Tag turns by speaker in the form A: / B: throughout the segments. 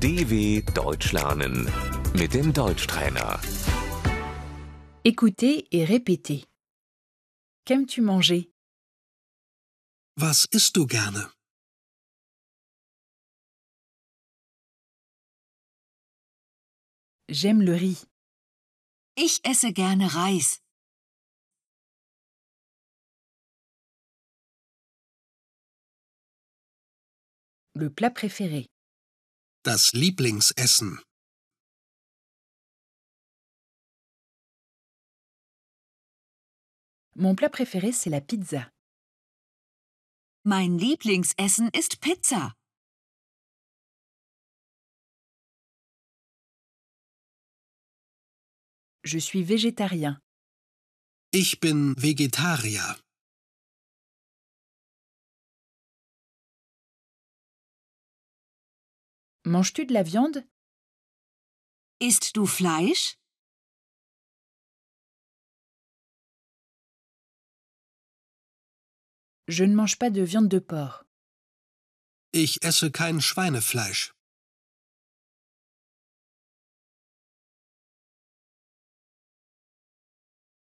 A: DW Deutsch lernen mit dem Deutschtrainer.
B: Écoutez et répétez. Qu'aimes-tu manger
C: Was isst du gerne?
B: J'aime le riz.
D: Ich esse gerne Reis.
B: Le plat préféré.
C: Das Lieblingsessen.
B: Mon plat préféré, c'est la pizza.
D: Mein Lieblingsessen ist Pizza.
B: Je suis végétarien.
C: Ich bin Vegetarier.
B: Manges-tu de la viande
D: Isst du Fleisch?
B: Je ne mange pas de viande de porc.
C: Ich esse kein Schweinefleisch.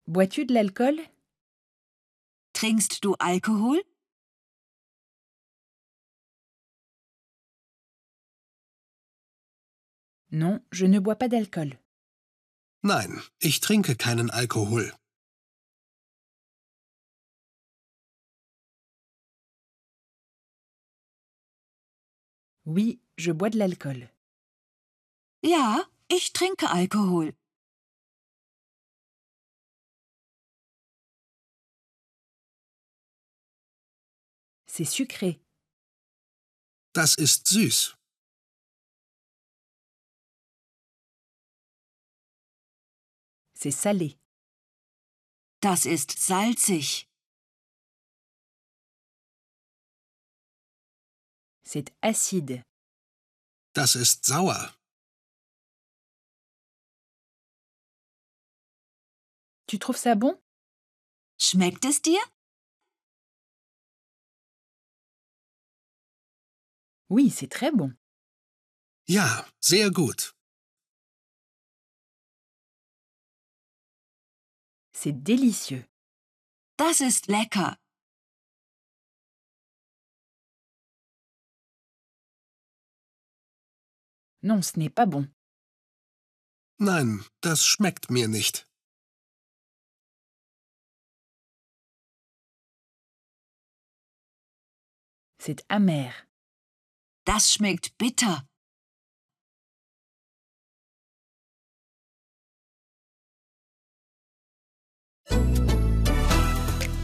B: Bois-tu de l'alcool
D: Trinkst du Alkohol?
B: Non, je ne bois pas d'alcool.
C: Nein, ich trinke keinen Alkohol.
B: Oui, je bois de l'alcool.
D: Ja, ich trinke Alkohol.
B: C'est sucré.
C: Das ist süß.
B: C'est salé.
D: Das ist salzig.
B: C'est acide.
C: Das ist sauer.
B: Tu trouves ça bon
D: Schmeckt es dir?
B: Oui, c'est très bon.
C: Ja, sehr gut.
B: C'est délicieux.
D: Das ist lecker.
B: Non, ce n'est pas bon.
C: Nein, das schmeckt mir nicht.
B: C'est amer.
D: Das schmeckt bitter.